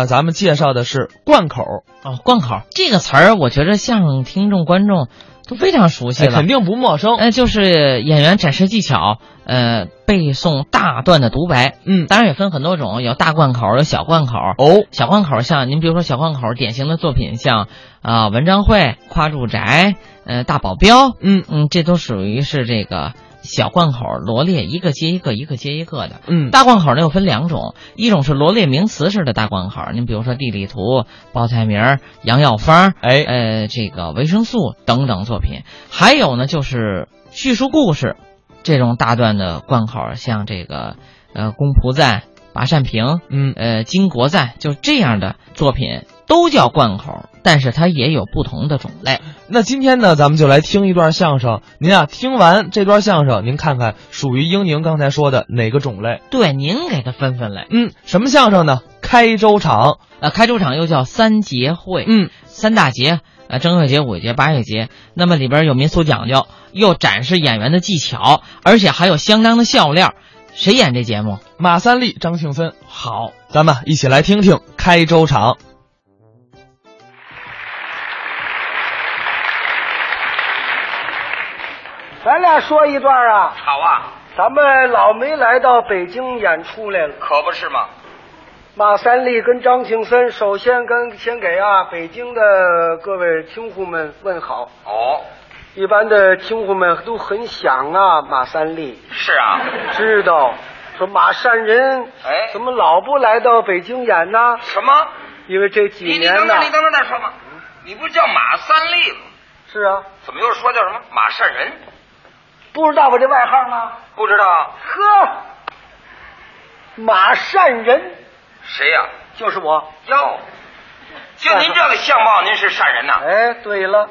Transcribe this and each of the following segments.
啊，咱们介绍的是贯口，哦，贯口这个词儿，我觉着相声听众观众都非常熟悉哎了，肯定不陌生。呃，就是演员展示技巧，呃，背诵大段的独白，嗯，当然也分很多种，有大贯口，有小贯口。哦，小贯口像您比如说小贯口典型的作品像啊、文章会、夸住宅、呃大保镖，嗯嗯，这都属于是这个小贯口罗列一个接一个，一个接一个的。嗯，大贯口呢又分两种，一种是罗列名词式的大贯口，您比如说地理图、报菜名儿、洋药方儿，哎呃，这个维生素等等作品。还有呢，就是叙述故事这种大段的贯口，像这个呃《公仆赞》《拔扇平》嗯，呃《巾帼赞》，就这样的作品都叫贯口，但是它也有不同的种类。那今天呢，咱们就来听一段相声。您啊，听完这段相声，您看看属于英宁刚才说的哪个种类？对，您给它分分类。嗯，什么相声呢？开州场。呃，开州场又叫三节会，嗯，三大节，呃，正月节、五月节、八月节。那么里边有民俗讲究，又展示演员的技巧，而且还有相当的笑料。谁演这节目？马三立、张庆森。好，咱们啊一起来听听开州场。咱俩说一段啊，好啊，咱们老梅来到北京演出来了。可不是嘛。马三立跟张庆森，首先跟先给啊北京的各位听户们问好。哦，一般的听户们都很想啊马三立，是啊，知道说马善人，哎怎么老不来到北京演呢？什么？因为这几你你年等呢等，，你等等再说嘛。你不叫马三立吗？是啊，怎么又说叫什么马善人？不知道我这外号吗？不知道啊呵，马善人谁呀、就是我。哟，就您这个相貌，您是善人呐、哎，对了，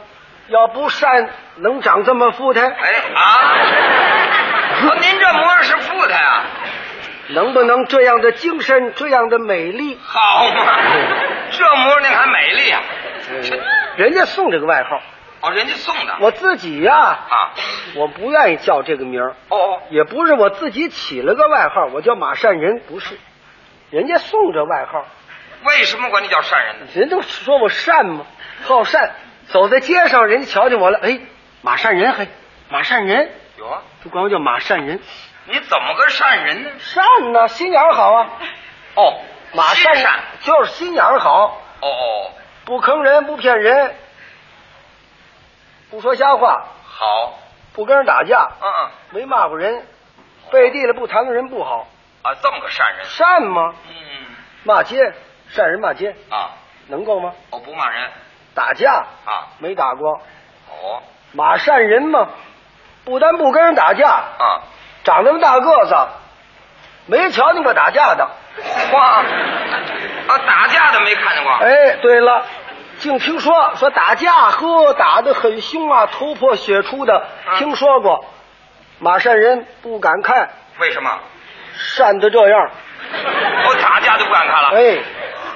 要不善能长这么富态？哎啊，哦，您这模样是富态啊，能不能这样的精神，这样的美丽？好嘛，这模样您还美丽啊。嗯人家送这个外号，哦，人家送的。我自己呀、啊，我不愿意叫这个名儿，哦哦，也不是我自己起了个外号，我叫马善人，不是，人家送这外号，为什么管你叫善人呢？人都说我善嘛，好善，走在街上，人家瞧见我了，哎，马善人，嘿，马善人，有啊，就管我叫马善人，你怎么个善人呢？善呐，心眼儿好啊，哦，马善心人善。就是心眼儿好，哦哦，不坑人，不骗人，不说瞎话，好，不跟人打架，嗯嗯，没骂过人，背地里不谈论人不好，啊，这么个善人，善吗？嗯骂街，善人骂街，啊，能够吗？我不骂人打架啊，没打过，哦马善人吗？不但不跟人打架，啊，长那么大个子，没瞧见过打架的。哇，啊，打架的没看见过，哎，对了，净听说说打架，呵，打得很凶啊，头破血出的，啊听说过。马善人不敢看，为什么？善得这样，我打架就不敢看了，哎，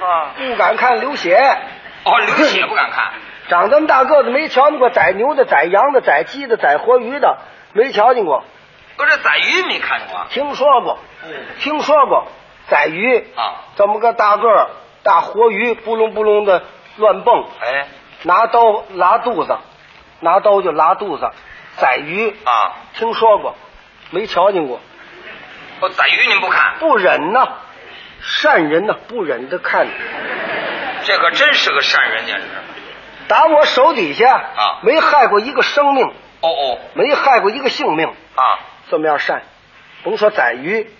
啊，不敢看流血。哦，流血不敢看，长这么大个子没瞧见过宰牛的、宰羊的、宰鸡的、宰活鱼的，没瞧见过，我这宰鱼没看见过听说过，听说过宰鱼，嗯啊，这么个大个儿大活鱼，扑隆扑隆的乱蹦，哎拿刀拉肚子，拿刀就拉肚子，宰鱼，啊，听说过，没瞧见过，我宰鱼您不看，不忍呐，善人呐，不忍的看，这可真是个善人，简直，打我手底下啊没害过一个生命，哦哦没害过一个性命。啊，这么样善，甭说宰鱼，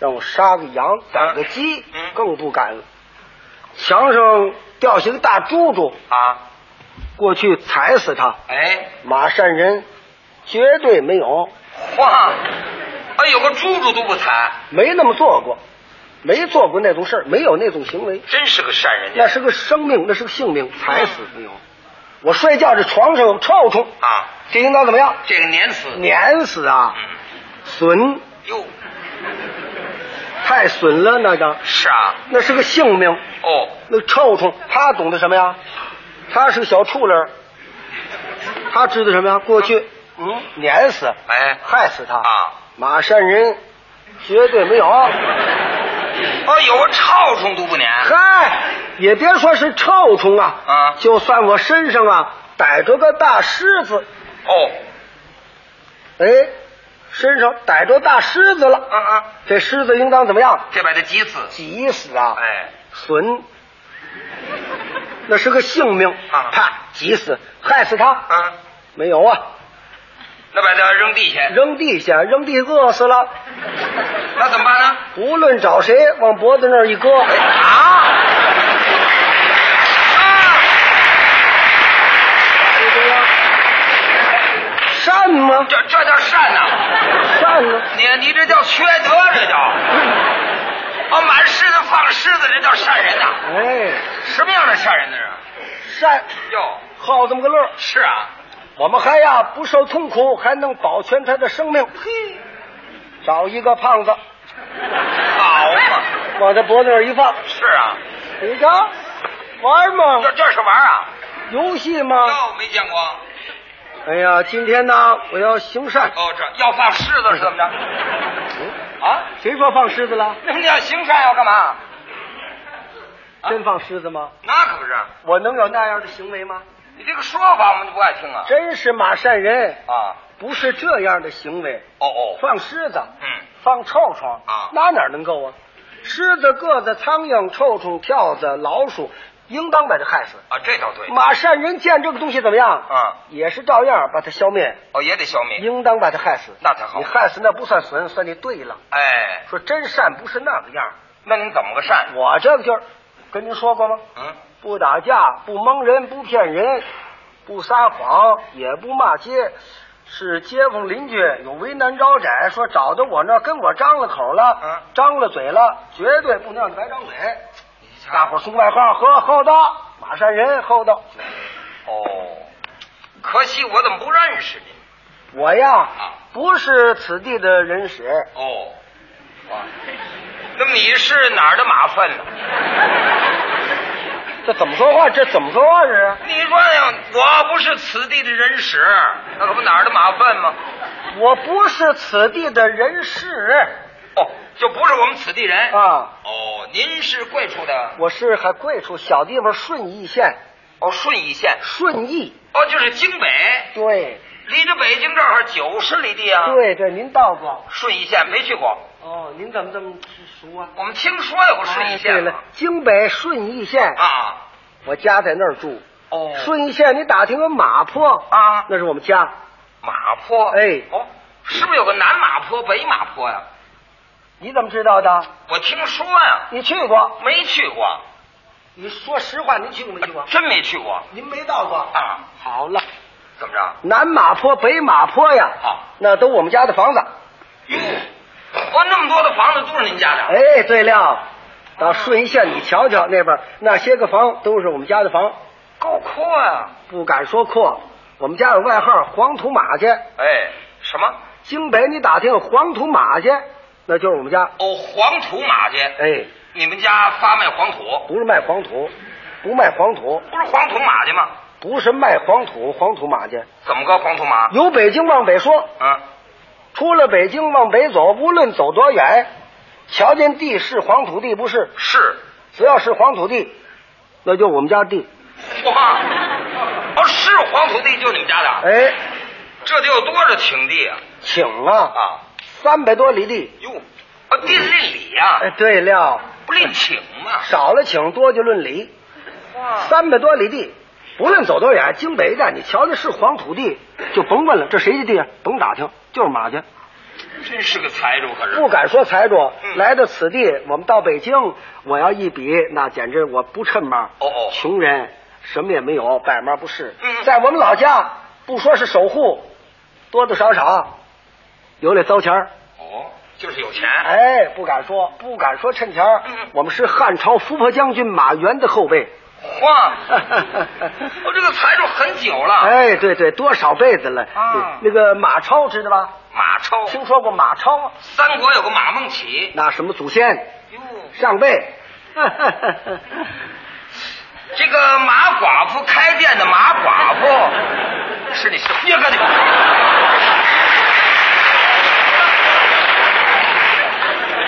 让我杀个羊、宰个鸡，嗯更不敢了。墙上掉下个大猪猪，啊，过去踩死它。哎，马善人绝对没有，哇，啊，有个猪猪都不踩，没那么做过，没做过那种事儿，没有那种行为。真是个善人，那是个生命，那是个性命，踩死没有。我睡觉这床上有臭虫，啊。这应当怎么样？这个碾死，碾死啊！嗯，损哟，太损了，那个是啊，那是个性命。哦，那臭虫，他懂得什么呀？他是个小畜类儿，他知道什么呀？过去，嗯，碾死，哎，害死他啊！马善人 绝对没有，哎哦，有个臭虫都不撵，嗨，也别说是臭虫啊，啊就算我身上啊逮着个大虱子，哦，哎，身上逮着大虱子了，啊啊，这虱子应当怎么样？这把这急死，急死啊！哎，损，那是个性命啊啪，急死，害死他啊，没有啊？那把它扔地下，扔地下，扔地饿死了。那怎么办呢？无论找谁，往脖子那儿一搁，啊啊，就这样。善啊吗？这这叫善呐、善吗？你你这叫缺德，这叫。哦，满狮子放狮子，这叫善人呐、哎，什么样的善人呢？善，这是哟，好这么个乐儿。是啊，我们还呀不受痛苦，还能保全他的生命。嘿，找一个胖子，好嘛，往他脖子那儿一放，是啊，你瞧，玩吗这？这是玩儿啊，游戏吗？哟，没见过。哎呀，今天呢，我要行善。哦，这要放狮子是怎么着？嗯啊，谁说放狮子了？那你要行善要干嘛？啊真放狮子吗？那可不是，我能有那样的行为吗？你这个说法我们就不爱听啊。真是马善人，啊，不是这样的行为。哦哦，放狮子，嗯，放臭虫啊那哪能够啊？狮子、鸽子、苍蝇、臭虫、跳蚤、老鼠，应当把它害死。啊，这倒对。马善人见这个东西怎么样？啊，也是照样把它消灭，哦，也得消灭。应当把它害死。那才好你害哎死那不算损，算你对了。哎，说真善不是那个样儿。那您怎么个善？我这个就是跟您说过吗？嗯，不打架，不蒙人，不骗人，不撒谎，也不骂街。是街坊邻居有为难招窄，说找到我那儿跟我张了口了，嗯张了嘴了，绝对不能让你白张嘴。你大伙儿送外号，呵，厚道，马善人厚道。哦，可惜我怎么不认识你？我呀，啊不是此地的人使，哦，哇，那么你是哪儿的马粪呢？这怎么说话？这怎么说话这是？你说呀，我不是此地的人使，那可不哪儿的马粪吗？我不是此地的人士哦，就不是我们此地人。啊，哦，您是贵处的？我是还贵处小地方顺义县，哦，顺义县。顺义哦，就是京北，对。离着北京这儿九十里地啊。，对对，您到过顺义县没去过，哦？您怎么这么熟啊？我们听说有个顺义哎对县了嘛。，京北顺义县，啊，我家在那儿住。哦顺义县，你打听个马坡，啊，那是我们家。马坡。哎哦，是不是有个南马坡、北马坡呀、你怎么知道的？我听说呀、你去过？没去过，你说实话，您去过没去过？真没去过您没到过。啊。好了，怎么着？南马坡、北马坡呀，啊那都我们家的房子。哇，那么多的房子都是您家的？哎，对了，到顺义县你瞧瞧那边那些个房都是我们家的房，够阔呀、不敢说阔。我们家有外号“黄土马”去。哎，什么？京北你打听黄土马去，那就是我们家。哦，黄土马去。哎，你们家发卖黄土？不是卖黄土，不卖黄土，不是黄土马去吗？不是卖黄土，黄土马去。怎么个黄土马？由北京往北说，啊，出了北京往北走，无论走多远，瞧见地是黄土地不是，是。只要是黄土地，那就我们家地。哇，哦，是黄土地，就你们家的？哎，这得有多少顷地啊？请啊，啊，三百多里地。哟，啊，地论里呀、哎，对了，不论顷嘛。少了请，多就论里。哇，三百多里地，不论走多远，京北一带，你瞧见是黄土地，就甭问了，这谁的地啊？甭打听，就是马家。真是个财主，可是不敢说财主，嗯来到此地，我们到北京，我要一比，那简直我不趁妈，哦哦穷人什么也没有，百妈不是。嗯在我们老家，不说是守护，多多少少有点糟钱儿。哦，就是有钱。哎，不敢说，不敢说趁钱儿嗯。我们是汉朝伏破将军马援的后辈。 哇，我、哦这个财主很久了。，哎，对对，多少辈子了？啊那个马超知道吧？马超，听说过马超吗？三国有个马孟起。那什么祖先哟，上辈？ 这个马寡妇开店的马寡妇，是你什么呀哥你？哎，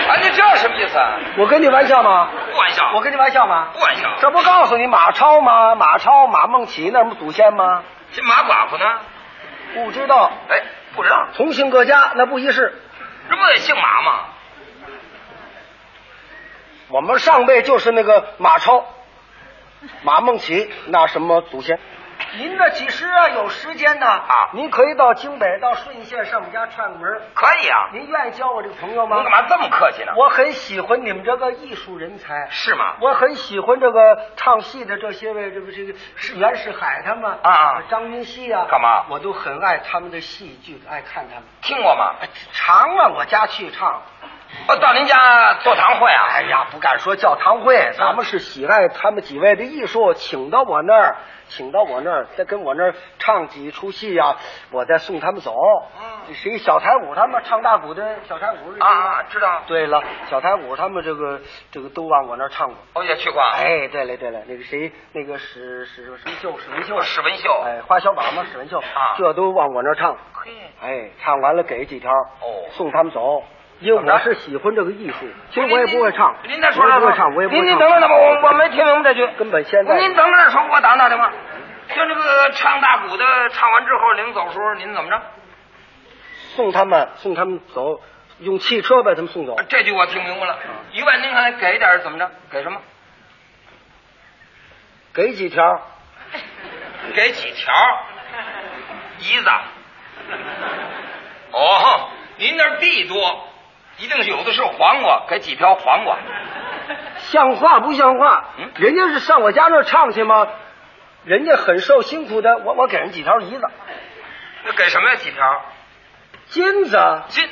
啊，你这什么意思啊？我跟你玩笑吗？不玩笑，我跟你玩笑吗？不玩笑。这不告诉你马超吗？马超、马梦琪那儿不祖先吗？这马寡妇呢？不知道，哎，不知道，同姓各家，那不一世。这不得姓马吗？我们上辈就是那个马超、马梦琪那什么祖先。您这几时啊，有时间呢啊您可以到京北，到顺义县上我们家串个门儿。可以啊，您愿意交我这个朋友你吗？干嘛这么客气呢？我很喜欢你们这个艺术人才，是吗？我很喜欢这个唱戏的这些位，这个这个是袁世海他们啊啊张云熙啊，干嘛我都很爱他们的戏剧，爱看他们。听过吗？常往我家去唱，我到您家做堂会啊？哎呀，不敢说教堂会，哎咱们是喜爱他们几位的艺术，请到我那儿，请到我那儿，再跟我那儿唱几出戏呀、我再送他们走。嗯是一小台舞，他们唱大鼓的小台舞是啊啊，知道，对了，小台舞他们这个这个都往我那儿唱过。我也去过啊。哎，对了对了，那个谁，那个史史什么秀，史文秀，史文秀哎，花小宝嘛，史文秀，哦啊这都往我那儿唱，嘿，哎，唱完了给几条，哦送他们走。因为怎么着我是喜欢这个艺术，其实我也不会唱，您您再说我也说不会唱，我也不会您唱。您等等等，我我没听明白这句。根本现在您等等再说，我打打电话。就那个唱大鼓的，唱完之后临走时候，您怎么着？送他们送他们走，用汽车把他们送走。这句我听明白了。嗯一万您还给点儿怎么着？给什么？给几条？给几条？一子。哦，您那儿地多，一定有的是黄瓜，给几条黄瓜？像话不像话？嗯人家是上我家那儿唱去吗？人家很受辛苦的，我我给人几条梨子、那给什么呀？几条？金子，金。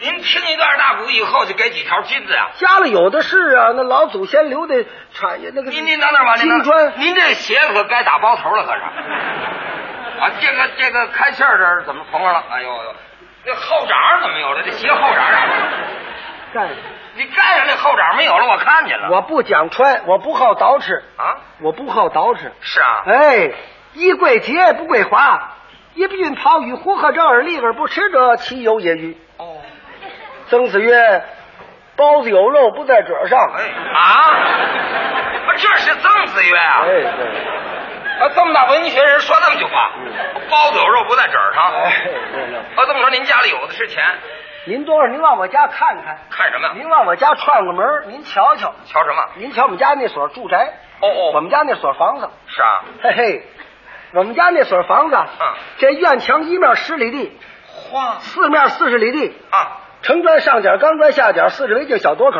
您听一段大鼓以后，就给几条金子呀、家里有的是啊，那老祖先留的产业那个您您等等吧，您金等砖，您这鞋可该打包头了，可是。啊，这个这个开线这儿怎么缝上了？哎呦呦，这后掌怎么有了？这鞋后掌啊， 干，你盖上这后掌没有了，我看见了。我不讲穿，我不好捯饬，啊，我不好捯饬。是啊，哎，衣贵洁不贵华，一鬓袍与胡鹤正而立而不吃者，其有也与？哦，曾子曰：包子有肉不在褶上。哎啊，不，这是曾子曰啊，哎对，嗯啊，这么大文学人说这么句话，包子有肉不在褶儿上。哎对了啊，这么说您家里有的是钱，您多少您往我家看看。看什么呀？您往我家串个门儿，您瞧瞧，瞧什么？您瞧我们家那所住宅，哦哦，我们家那所房子，是啊，嘿嘿，我们家那所房子，这院墙一面十里地，花四面四十里地，啊，城砖上角，钢砖下角，四十为径小多口。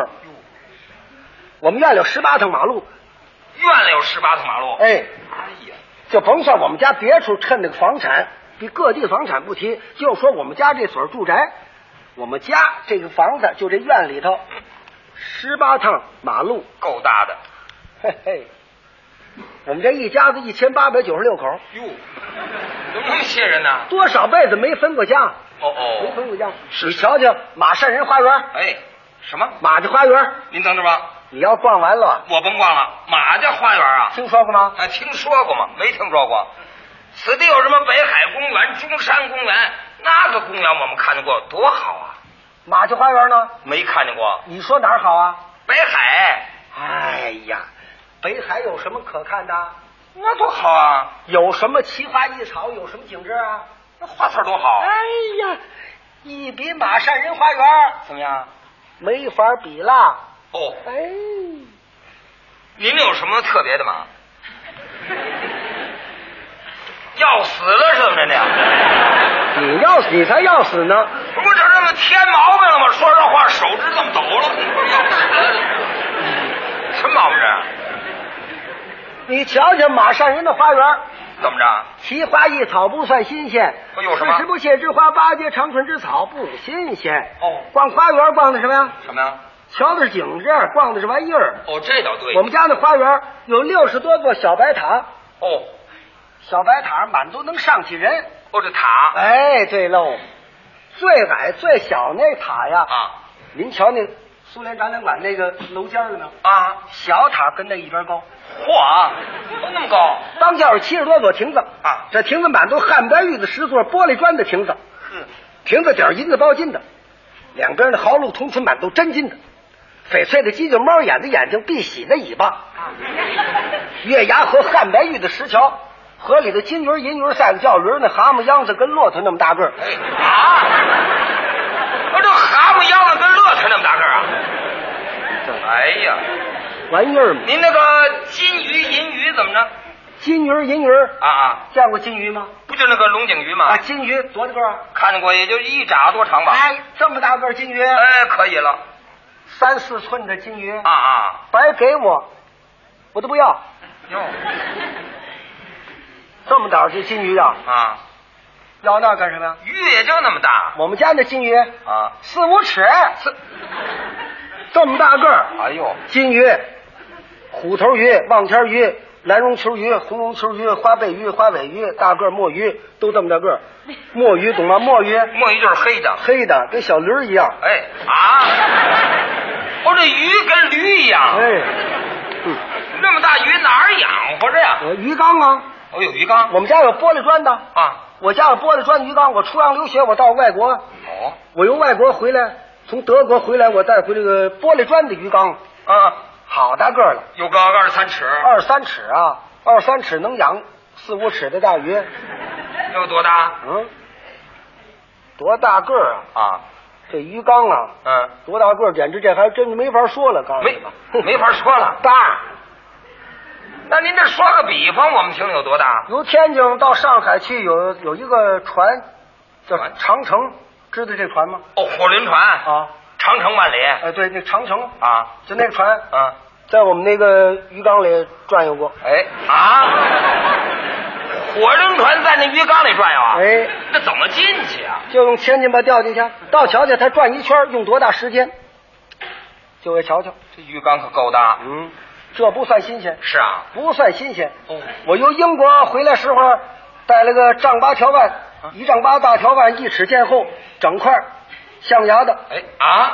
我们院里有十八趟马路，院里有十八趟马路。哎，哎呀，就甭算我们家别处趁那个房产，比各地房产不提，就说我们家这所住宅，我们家这个房子就这院里头，十八趟马路，够大的。嘿嘿，我们这一家子一千八百九十六口，哟，怎么那么些人呢？多少辈子没分过家，哦没分哦，过家。你瞧瞧马善人花园，哎，什么？马家花园，您等着吧，你要逛完了，我甭逛了。马家花园啊，听说过吗？啊，听说过吗？没听说过。此地有什么北海公园、中山公园，那个公园我们看见过，多好啊！马家花园呢？没看见过。你说哪儿好啊？北海哎呀，北海有什么可看的？那多好啊，有什么奇花异草？有什么景致啊？那花草多好。哎呀，一比马善人花园怎么样？没法比啦！哦，哎，您有什么特别的吗？要死了是怎么着呢？你要死你才要死呢！不是这这么添毛病了吗？说这话手指这么抖了，要死了，什么毛病这？你瞧瞧马善人的花园，怎么着？奇花异草不算新鲜，哎有什么四十不谢之花，八节长春之草不新鲜。哦逛花园逛的什么呀？什么呀？瞧的是景致，逛的是玩意儿。哦，这倒对。我们家那花园有六十多座小白塔，哦小白塔满都能上起人。哦，这塔哎，对喽，最矮最小那塔呀，啊您瞧那苏联展览馆那个楼尖儿了没有？啊，小塔跟那一边高，嚯，啊都那么高。当间有七十多座亭子啊这亭子满都汉白玉子石座玻璃砖的亭子，哼，亭子顶儿银子包金的，两边的豪鹿同唇板都真金的，翡翠的犄角猫眼的眼睛，碧玺的尾巴，月牙河汉白玉的石桥，河里的金鱼、银鱼、赛子、叫驴儿，那蛤蟆、秧子跟骆驼那么大个儿，哎啊！我这蛤蟆秧子跟骆驼那么大个儿啊！哎呀，玩意儿嘛。您那个金鱼、银鱼怎么着？金鱼、银鱼，啊啊，见过金鱼吗？不就那个龙井鱼吗？啊，金鱼多大个儿？看见过，也就一拃多长吧。哎，这么大个儿金鱼，哎，可以了。三四寸的金鱼，啊啊，白给我，我都不要。哟这么大儿这金鱼啊，啊，要那干什么呀？鱼也就那么大我们家那金鱼啊。四五尺，这，这么大个儿，哎呦，金鱼、虎头鱼、望天鱼、蓝绒球鱼、红绒球鱼、花背鱼、花尾鱼、大个儿墨鱼，都这么大个儿。墨鱼懂吗？墨鱼墨鱼就是黑的。黑的，跟小驴儿一样。哎啊，哦，这鱼跟驴一样，哎，那么大鱼哪儿养活着呀？我鱼缸啊，哦，有鱼缸我们家有玻璃砖的。啊。我家有玻璃砖鱼缸，我出洋留学，我到外国，哦，我由外国回来，从德国回来，我带回这个玻璃砖的鱼缸，啊，好大个儿了，有个二三尺，二三尺啊，二三尺能养四五尺的大鱼，有多大？嗯，多大个儿啊？啊，这鱼缸啊，嗯，多大个儿，简直这还真没法说了，告诉你吧没没法说了啊 大，那您这说个比方，我们听听有多大？由天津到上海去有有一个船叫长城，知道这船吗？哦，火轮船，啊，长城万里哎，对，那长城，啊就那个船，啊，在我们那个鱼缸里转悠过。哎啊，火轮船在那鱼缸里转悠啊？，哎，那怎么进去啊？就用千斤吧掉进去，到瞧瞧它转一圈用多大时间，就给瞧瞧。这鱼缸可够大。嗯，这不算新鲜，是啊，不算新鲜。哦，我由英国回来时候带了个丈八条腕，啊一丈八大条腕，一尺见厚，整块象牙的。哎啊，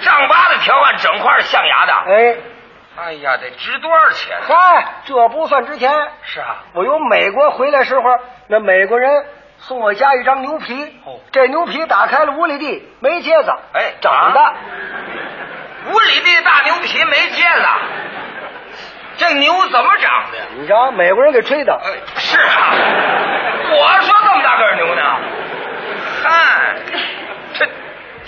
丈八的条腕整块象牙的。哎，哎呀，得值多少钱啊？嗨，这不算值钱。是啊，我由美国回来时候，那美国人送我家一张牛皮，哦这牛皮打开了五里地，没疖子，哎长的。啊五里地大牛皮没尖子，这牛怎么长的呀？你瞧，美国人给吹的，哎，是啊，我说这么大个儿牛呢，嗨，哎这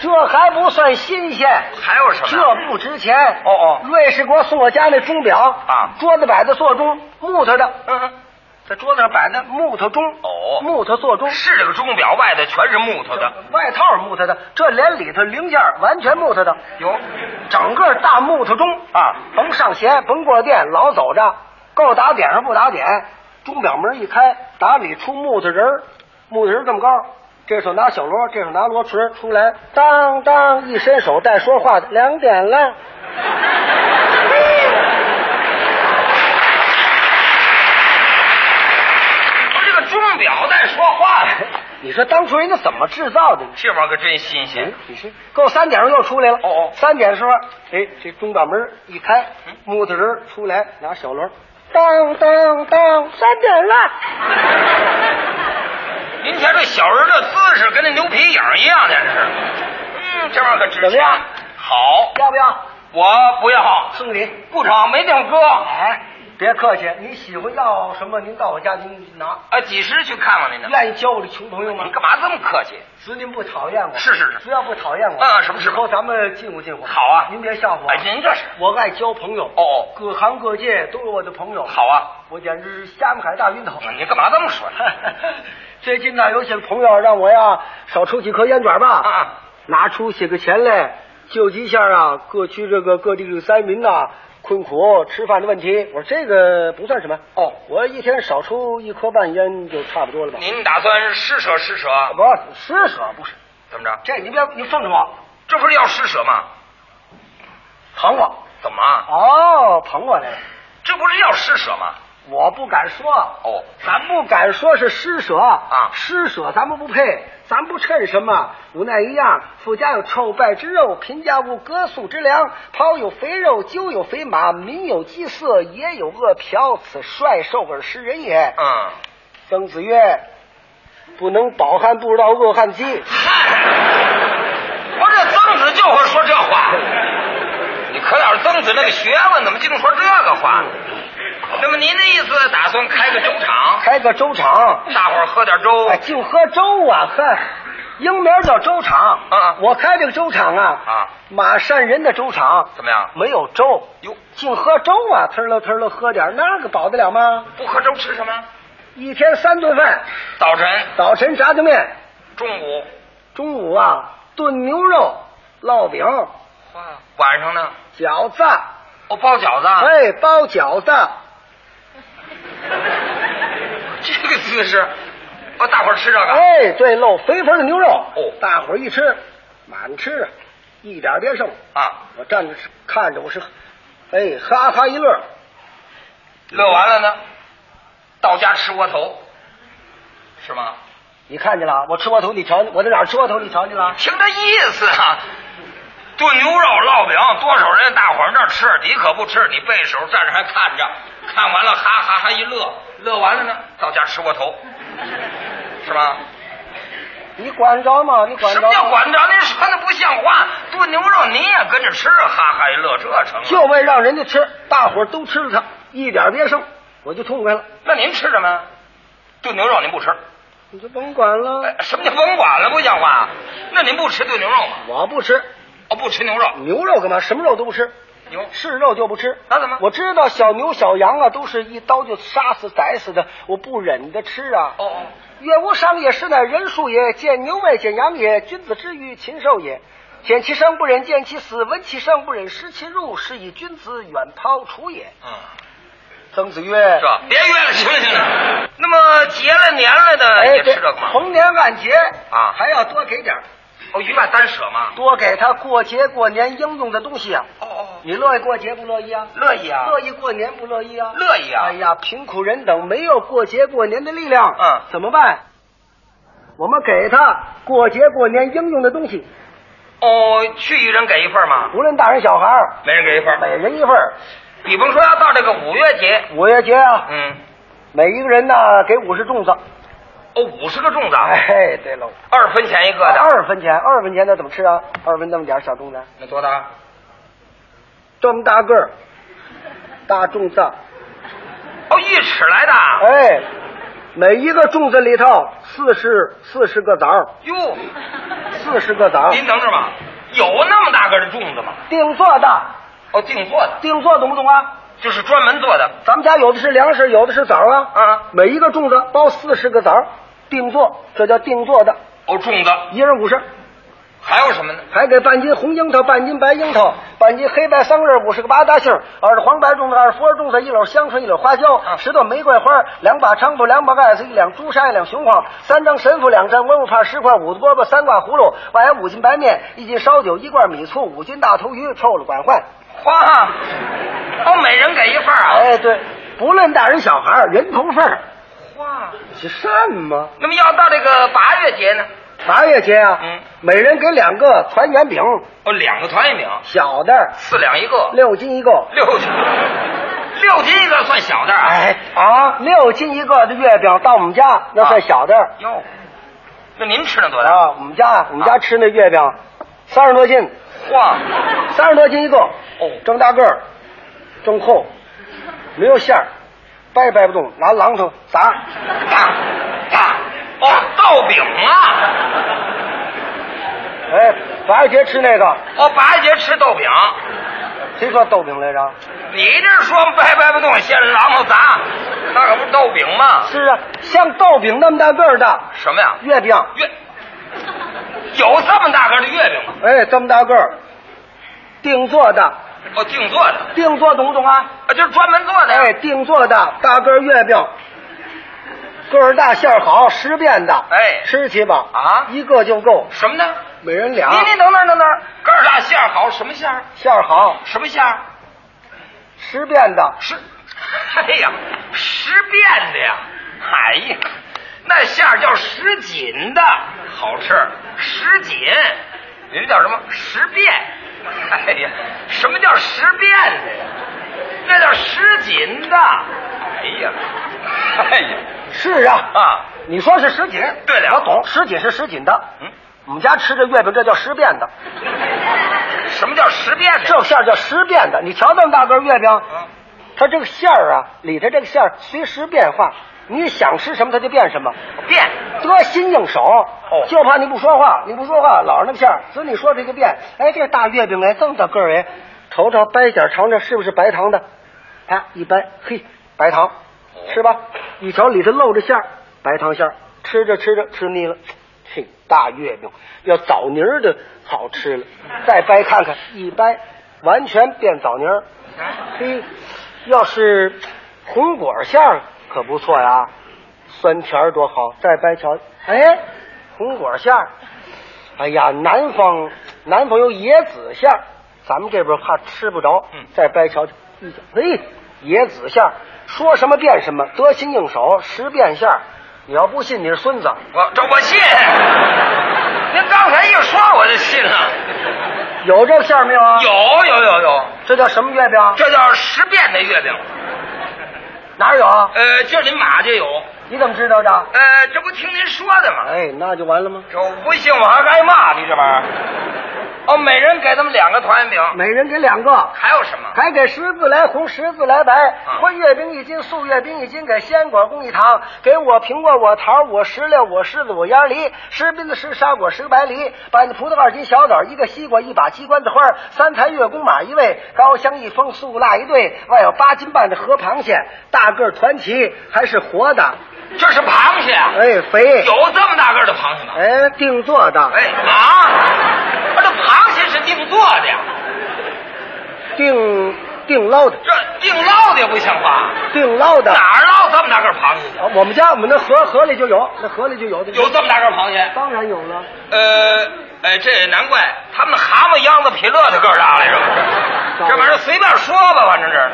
这还不算新鲜，还有什么？这不值钱。哦哦瑞士给我送我家那钟表啊桌子摆的座钟，木头的，嗯嗯在桌子上摆的木头钟，哦木头座钟，是这个钟表外的全是木头的，外套是木头的，这连呃里头零件儿完全木头的，有整个大木头钟啊甭上弦，甭过电，老走着，够打点上不打点，钟表门一开，打里出木头人儿，木头人儿这么高，这手拿小锣，这手拿锣锤，出来当当一伸手带说话的，两点了。不是这个钟表在说话呢，你说当初人家怎么制造的？这玩意儿可真新鲜。你说够三点钟又出来了。嗯哦哦嗯三点的时候，哎，这钟表门一开，木头人儿出来拿小锣，当当当，三点了。您瞧这小人的姿势跟那牛皮影儿一样，简直。嗯，这玩意儿可值怎么钱样。好，要不要我不要，送你？不成，没地方搁。哎，别客气，你喜欢要什么，您到我家您拿。啊，几时去看望您呢？愿意交我的穷朋友吗你？干嘛这么客气？只您不讨厌我，是是是只要不讨厌我，嗯什么时时候候咱们进乎进乎。好啊您别笑话我哎，，您这是我爱交朋友，哦各行各界都有我的朋友。，好啊！我简直是虾米海大晕头。哎你干嘛这么说呢？ 最近呢，有些朋友让我呀少抽几颗烟卷吧，啊，拿出些个钱来救济一下啊各区这个各地这个灾民呐、困苦吃饭的问题。我说这个不算什么哦，我一天少抽一颗半烟就差不多了吧？您打算施舍施舍？啊不施舍不是，怎么着？这你别你放着我，这不是要施舍吗？捧我怎么？啊哦，捧我来了，这不是要施舍吗？我不敢说。哦，咱不敢说是施舍啊施舍咱们不配，咱不趁什么。无奈一样，富家有臭败之肉，贫家无隔宿之粮。抛有肥肉，鸠有肥马，民有饥色，也有饿殍。此率兽而食人 也。嗯，曾子曰：“不能饱汉，不知道饿汉饥。嗨，会说这话。你可了曾子那个学问，怎么净说这个话？那么您的意思，打算开个粥厂，开个粥厂，大伙儿喝点粥？哎，净喝粥啊，呵，英名叫粥厂啊我开这个粥厂啊，啊，马善人的粥厂怎么样？没有粥，哟，净喝粥啊，呲溜呲溜喝点儿，那个饱得了吗？不喝粥吃什么？一天三顿饭，早晨、早晨炸酱面，中午、中午啊炖牛肉、烙饼、晚上呢？饺子，哦，包饺子。哎，包饺子， 啊这个姿势，我大伙儿吃这个。哎，对喽，肥肥的牛肉，哦大伙儿一吃，满吃啊，一点儿别剩。啊，我站着看着，我是，哎，哈哈一乐，乐完了呢，到家吃窝头，是吗？你看见了？我吃窝头，你瞧，我在哪儿吃窝头？你瞧见了？听这意思啊，炖牛肉、烙饼，多少人大伙儿那儿吃，你可不吃，你背手站着还看着，看完了哈哈哈一乐，乐完了呢，到家吃窝头，是吗？你管着吗？你管什着么吗？叫管着？您说那不像话！炖牛肉你也跟着吃，哈哈一乐，这成就吗？为让人家吃，大伙儿都吃了它，一点儿别剩，我就痛快了。那您吃什么呀？炖牛肉您不吃？你就甭管了哎，，什么叫甭管了？不像话！啊那您不吃炖牛肉吗？我不吃哦，不吃牛肉，牛肉干嘛？什么肉都不吃，牛是肉就不吃。那怎么我知道小牛小羊啊，都是一刀就杀死宰死的，我不忍着吃啊。哦哦，岳无赏也是乃人数也，见牛也，见羊也，君子之于禽兽也。见其生不忍，见其死；闻其声不忍，识其入，是以君子远庖厨也。嗯，曾子曰：“是吧？啊别约了，行了行了。那么结了年了的哎，也吃对这个，吗？逢年按节啊还要多给点儿哦，一万单舍嘛。多给他过节过年应用的东西啊。哦哦，你乐意过节不乐意啊？乐意啊乐意过年不乐意啊？乐意啊哎呀，贫苦人等没有过节过年的力量，嗯怎么办？我们给他过节过年应用的东西，哦，去一人给一份嘛，无论大人小孩儿，每人给一份。每人一份儿。比方说要到这个五月节，五月节啊，嗯，每一个人呢给五十粽子。哦，五十个粽子，哎，啊对喽，二分钱一个的，二分钱，二分钱那怎么吃啊？二分那么点儿小粽子。那多大？这么大个儿，大粽子，哦，一尺来的。哎，每一个粽子里头四十四十个枣儿，哟，四十个枣儿，您等着吧，有那么大个的粽子吗？定做的，哦，定做的，定做懂不懂啊？就是专门做的。咱们家有的是粮食，有的是枣儿啊，啊，每一个粽子包四十个枣儿，定做，这叫定做的，哦，粽子一人五十，还有什么呢？还给半斤红樱桃，半斤白樱桃，半斤黑白桑葚，五十个八大杏儿，二十黄白粽子，二十佛儿粽子，一篓香椿，一篓花椒，啊十朵玫瑰花，两把菖蒲，两把盖子，一两朱砂，一两雄黄，三张神符，两张温物帕，十块五子饽饽，三挂葫芦，外加五斤白面，一斤烧酒，一罐米醋，五斤大头鱼，臭了管换。花，啊哦，每人给一份儿啊。哎，对，不论大人小孩儿，人头份儿，花，是什么？那么要到这个八月节呢？八月节啊，嗯每人给两个团圆饼，哦，两个团一饼，小的四两一个，六斤一个。六斤，六斤一个算小的啊。哎啊，六斤一个的月饼到我们家那算小的。哟，那您吃那多大？啊，我们家我们家吃那月饼，三十多斤，哇，三十多斤一个，哦，这么大个儿，这么厚，没有馅儿，掰也掰不动，拿榔头砸。大大哦，豆饼啊，哎，八月节吃那个，哦，八月节吃豆饼。谁说豆饼来着？你这说掰掰不动，先榔头砸，那可不是豆饼吗？是啊，像豆饼那么大个儿的什么呀？月饼，月有这么大个的月饼吗？哎，这么大个儿，定做的，哦，定做的，定做懂不懂啊？啊，就是专门做的。哎，定做的大个儿月饼，个儿大馅儿好，十变的。哎吃去吧啊一个就够，什么呢？每人俩。您您等等等等，个儿大馅儿好，什么馅儿？馅儿好，什么馅儿？十变的。十，哎呀，十变的呀！哎呀，那馅儿叫十锦的，好吃，十锦。你这叫什么？十变？哎呀，什么叫十变的呀？那叫十锦的。哎呀，哎呀，是啊，啊，你说是十斤？哎对了我懂，十斤是十斤的。嗯，我们家吃这月饼，这叫十变的，什么叫十变呢？这馅儿叫十变的。你瞧这么大个月饼，啊它这个馅儿啊，里头这个馅儿随时变化，你想吃什么它就变什么，变得心应手。哦就怕你不说话，你不说话老是那个馅儿，所以你说这个变，哎，这大月饼哎这么大个儿哎，瞅瞅掰一点儿尝尝是不是白糖的，哎，一掰，嘿，白糖，吃吧，一瞧里头露着馅儿，白糖馅儿，吃着吃着吃腻了。嘿，大月饼要枣泥儿的好吃了，再掰看看，一掰完全变枣泥儿，嘿，要是红果馅儿可不错呀，酸甜儿多好！再掰瞧，哎，红果馅儿，哎呀，南方南方有椰子馅儿，咱们这边怕吃不着。嗯再掰瞧瞧，一瞧，嘿，椰子馅儿，说什么变什么，得心应手，十变馅儿。你要不信，你是孙子。我这我信。您刚才一说我就信了。有这个馅儿没有啊？，有有有有，这叫什么月饼？这叫十变的月饼。哪儿有啊？呃，这您马就有。你怎么知道的？呃，这不听您说的吗？哎，那就完了吗？这我不信我还挨骂，你这玩意儿。哦，每人给他们两个团圆饼，每人给两个。还有什么？还给十字来红，十字来白啊，荤月饼一斤，素月饼一斤，给鲜果供一糖，给我苹果，我桃，我石榴，我柿子，我鸭梨，十槟子，十沙果，十白梨，把那葡萄二斤，小枣一个，西瓜一把，鸡冠子花，三坛月宫马一位，高香一封，素辣一对，外有八斤半的河螃蟹，大个儿团旗，还是活的，这是螃蟹啊，哎，肥，有这么大个儿的螃蟹吗？哎，定做的，哎啊，不是这螃蟹是定做的呀，定定捞的，这定捞的也不像话，定捞的。哪儿捞这么大个儿螃蟹去？啊我们家我们那河河里就有，那河里就有的，有这么大个儿螃蟹？当然有了。呃，哎，这也难怪，他们蛤蟆、秧子、匹乐的个儿大来着，这玩意儿随便说吧，反正是，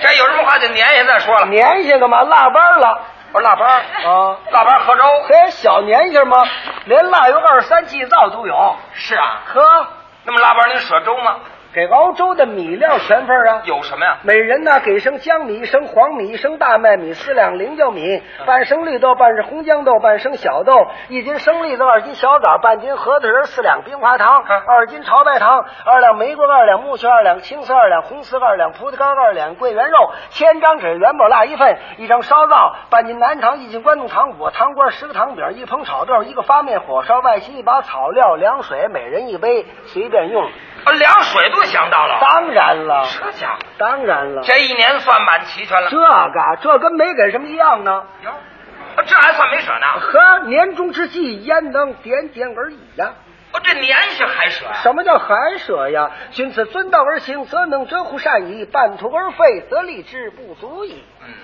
这有什么话就粘下再说了。年下干嘛？腊八了我腊八啊？腊八喝粥。嘿，小年下吗？连腊月二十三祭灶都有。是啊，呵，那么腊八您舍粥吗？给熬粥的米料全份儿啊。有什么呀？每人呢给一升江米，一升黄米，一升大麦米，四两菱角米，半升绿豆，半是红豇豆，半升小豆，一斤生栗子，二斤小枣，半斤核桃仁，四两冰花糖，嗯二斤潮白糖，二两玫瑰，二两木须，二两青丝，二两红丝，二两葡萄干，二两桂圆肉，千张纸元宝蜡一份，一张烧灶，半斤南糖，一斤关东糖，五个糖瓜，十个糖饼，一捧炒豆，一个发面火烧，外加一把草料凉水，每人一杯，随便用。啊，凉水都想到了。当然了，这家伙，当然了。这一年算满齐全了。这个这跟没给什么一样呢。哟，啊这还算没舍呢。和年终之际，焉能点点而已呀？哦，这年是还舍啊？什么叫寒舍呀？君子遵道而行，则能折乎善矣；半途而废，则立志不足矣。嗯，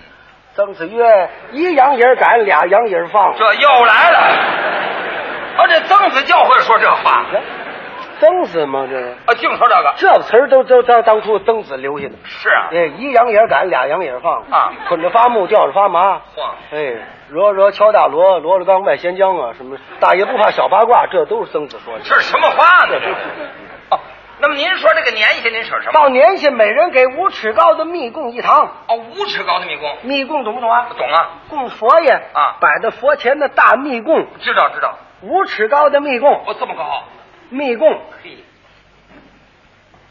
曾子曰：“一羊也赶，俩羊也放。这又来了。哦，这曾子就会说这话。”哎曾子嘛，这个啊，净说这个。这个词儿都都都当初曾子留下的。是啊。哎，一羊也赶，俩羊也放啊 捆着发木，吊着发麻。晃。哎，罗罗敲大锣，罗罗刚卖咸姜啊，什么大爷不怕小八卦，这都是曾子说的。这是什么话呢？这是。哦，那么您说这个年下您舍什么？到年下，每人给五尺高的蜜供一堂。哦，五尺高的迷宫。蜜供懂不懂啊？懂啊，供佛爷啊摆在佛前的大蜜供，知道知道。五尺高的蜜供，哦，这么高。蜜供嘿。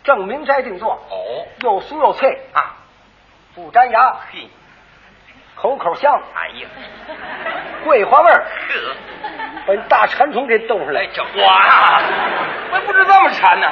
正明斋定做，哦。又酥又脆，啊。不粘牙，嘿。口口香，哎呀。桂花味儿，呵。把你大馋虫给逗上哎来，。这我呀，我也不知这么馋呢。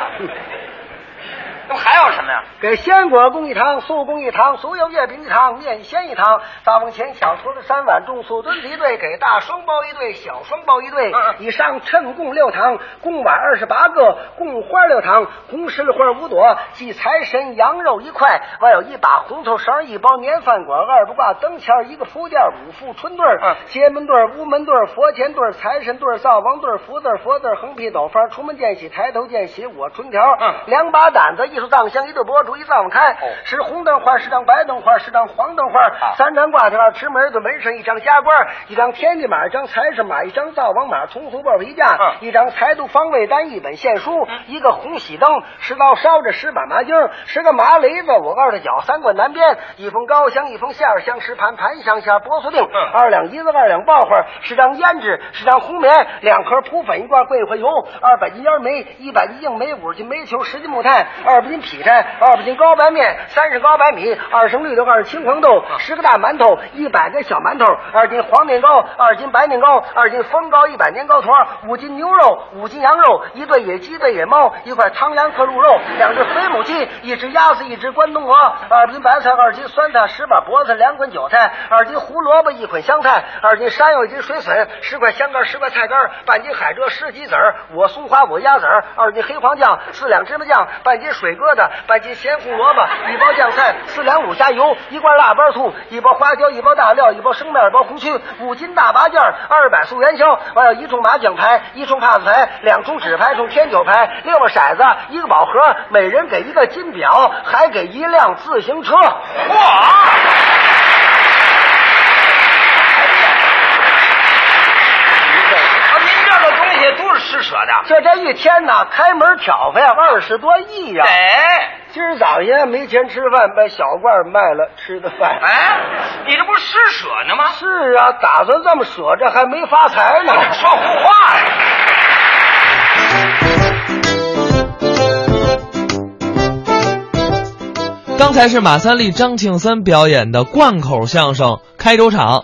那么还有什么呀？给鲜果供一堂，素供一堂，所有月饼一堂，面鲜一堂，大风前小托的三碗，重素墩子一对，给大双包一对，小双包一对嗯嗯，以上称共六堂，共碗二十八个，共花六堂，红石榴花五朵，祭财神羊肉一块，外有一把红头绳一包，年饭馆二不挂灯钱儿一个铺垫儿，五副春对儿嗯街门对儿、屋门对儿、佛前对儿、财神对儿、灶王对儿、福字儿、佛字儿、横批斗方，出门见喜，抬头见喜，我春条儿嗯两把胆子，一艺术当香，一对博烛，一丈开。哦是红灯花，十张白灯花，十张黄灯花，啊三张挂条，二尺门对门神，一张家官，一张天地马，一张财神马，一张灶王马，从头报为驾，嗯一张财读方位单，一本献书，一个红喜灯，十刀烧着十把麻筋儿，十个麻雷子，我二的脚，三管南边，一封高香，一封下儿香，十盘盘香下波司令，嗯二两银子，二两爆花，十张胭脂，十张红棉，两盒扑粉，一罐桂花油，二百斤烟煤，一百斤硬煤，五十斤煤球，十斤木炭，二百斤劈柴，二百斤高白面，三十高白米，二升绿豆，二十青黄豆，十个大馒头，一百个小馒头，二斤黄面糕，二斤白面糕，二斤风糕，一百年糕团，五斤牛肉，五斤羊肉，一对野鸡，一对野猫，一块汤羊和鹿肉，两只肥母鸡，一只鸭子，一只关东鹅，二斤白菜，二斤酸菜，十把脖子，两捆韭菜，二斤胡萝卜，一捆香菜，二斤山药，一斤水笋，十块香干，十块菜干，半斤海蜇，十几子儿，我松花，我鸭子儿，二斤黑黄酱，四两芝麻酱，半斤水疙瘩，半斤咸红萝卜，一包酱菜，四两五虾油，一罐腊八醋，一包花椒，一包大料，一包生面，一包红曲，五斤大八件儿，二百素元宵，还有一冲麻将牌，一冲帕子牌，两冲纸牌，一冲天九牌，六个骰子，一个宝盒，每人给一个金表，还给一辆自行车。嚯！啊您这个东西都是施舍的，这这一天呐，开门挑费二十多亿呀、哎今儿早些没钱吃饭，把小罐卖了吃的饭。哎，你这不是施舍呢吗？是啊，打算这么舍着，还没发财呢。说胡话呀！刚才是马三立、张庆森表演的贯口相声开州场。